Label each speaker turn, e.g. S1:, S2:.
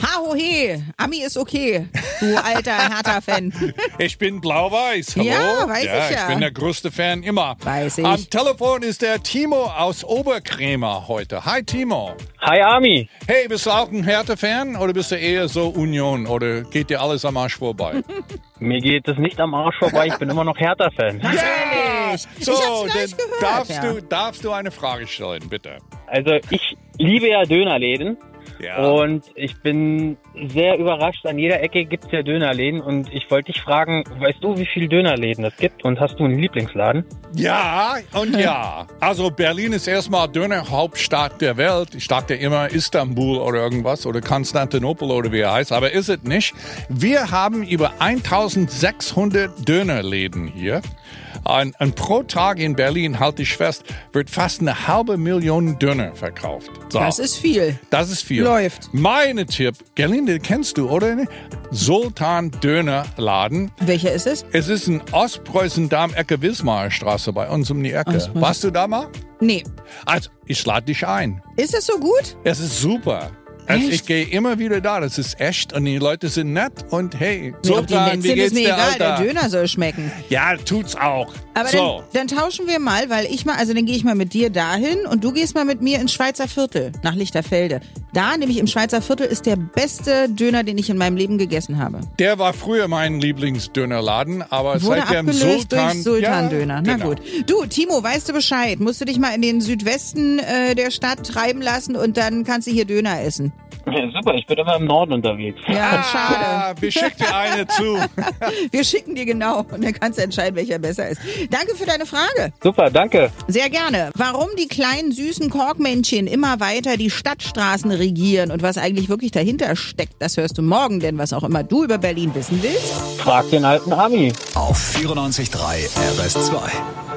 S1: Ha, ho, he. Ami ist okay, du alter Hertha-Fan.
S2: Ich bin blau-weiß. Hallo?
S1: Ja, weiß ich ja.
S2: Ich bin der größte Fan immer.
S1: Weiß ich.
S2: Am Telefon ist der Timo aus Oberkrämer heute. Hi, Timo.
S3: Hi Army.
S2: Hey, bist du auch ein Härte-Fan oder bist du eher so Union oder geht dir alles am Arsch vorbei?
S3: Mir geht es nicht am Arsch vorbei, ich bin immer noch Hertha-Fan.
S1: Natürlich.
S2: So,
S1: ich hab's
S2: dann
S1: gleich gehört.
S2: darfst,
S1: ja.
S2: du, darfst du eine Frage stellen, bitte.
S3: Also ich liebe ja Dönerläden
S2: Ja.
S3: und ich bin sehr überrascht, an jeder Ecke gibt es ja Dönerläden und ich wollte dich fragen, weißt du, wie viele Dönerläden es gibt und hast du einen Lieblingsladen?
S2: Ja und ja. Also Berlin ist erstmal Dönerhauptstadt der Welt. Ich dachte immer Istanbul oder irgendwas oder Konstantinopel oder wie er heißt, aber ist es nicht. Wir haben über 1600 Dönerläden hier. Und, und pro Tag in Berlin, halte ich fest, wird fast eine halbe Million Döner verkauft. So.
S1: Das ist viel.
S2: Das ist viel.
S1: Läuft.
S2: Meine Tipp, Gerlinde, kennst du, oder? Sultan Dönerladen.
S1: Welcher ist es?
S2: Es ist in Ostpreußen, Darm-Ecke, Wismarer Straße bei uns um die Ecke.
S1: Ostpreußen.
S2: Warst du da mal?
S1: Nee.
S2: Also, ich lade dich ein.
S1: Ist es so gut?
S2: Es ist super. Also,
S1: Echt?
S2: ich gehe immer wieder da. Das ist echt und die Leute sind nett und hey,
S1: Nee, ob die
S2: Sultan,
S1: nett
S2: wie
S1: sind,
S2: geht's
S1: ist mir
S2: dir,
S1: egal. Der
S2: Alter?
S1: Döner soll schmecken.
S2: Ja, tut's auch.
S1: Aber
S2: so.
S1: dann, dann tauschen wir mal, weil ich mal, also dann gehe ich mal mit dir dahin und du gehst mal mit mir ins Schweizer Viertel nach Lichterfelde. Da, nämlich im Schweizer Viertel, ist der beste Döner, den ich in meinem Leben gegessen habe.
S2: Der war früher mein Lieblingsdönerladen, aber
S1: Wurde
S2: seit wir im
S1: abgelöst
S2: Sultan...
S1: durch Sultan-Döner.
S2: Ja,
S1: Na
S2: genau.
S1: gut. Du, Timo, weißt du Bescheid? Musst du dich mal in den Südwesten äh, der Stadt treiben lassen und dann kannst du hier Döner essen.
S3: Super, ich bin immer im Norden unterwegs.
S1: Ja, schade.
S2: Ah, wir schicken dir eine zu.
S1: Wir schicken dir genau und dann kannst du entscheiden, welcher besser ist. Danke für deine Frage.
S3: Super, danke.
S1: Sehr gerne. Warum die kleinen süßen Korkmännchen immer weiter die Stadtstraßen regieren und was eigentlich wirklich dahinter steckt, das hörst du morgen, denn was auch immer du über Berlin wissen willst.
S3: Frag den alten Army.
S4: Auf 94.3 RS2.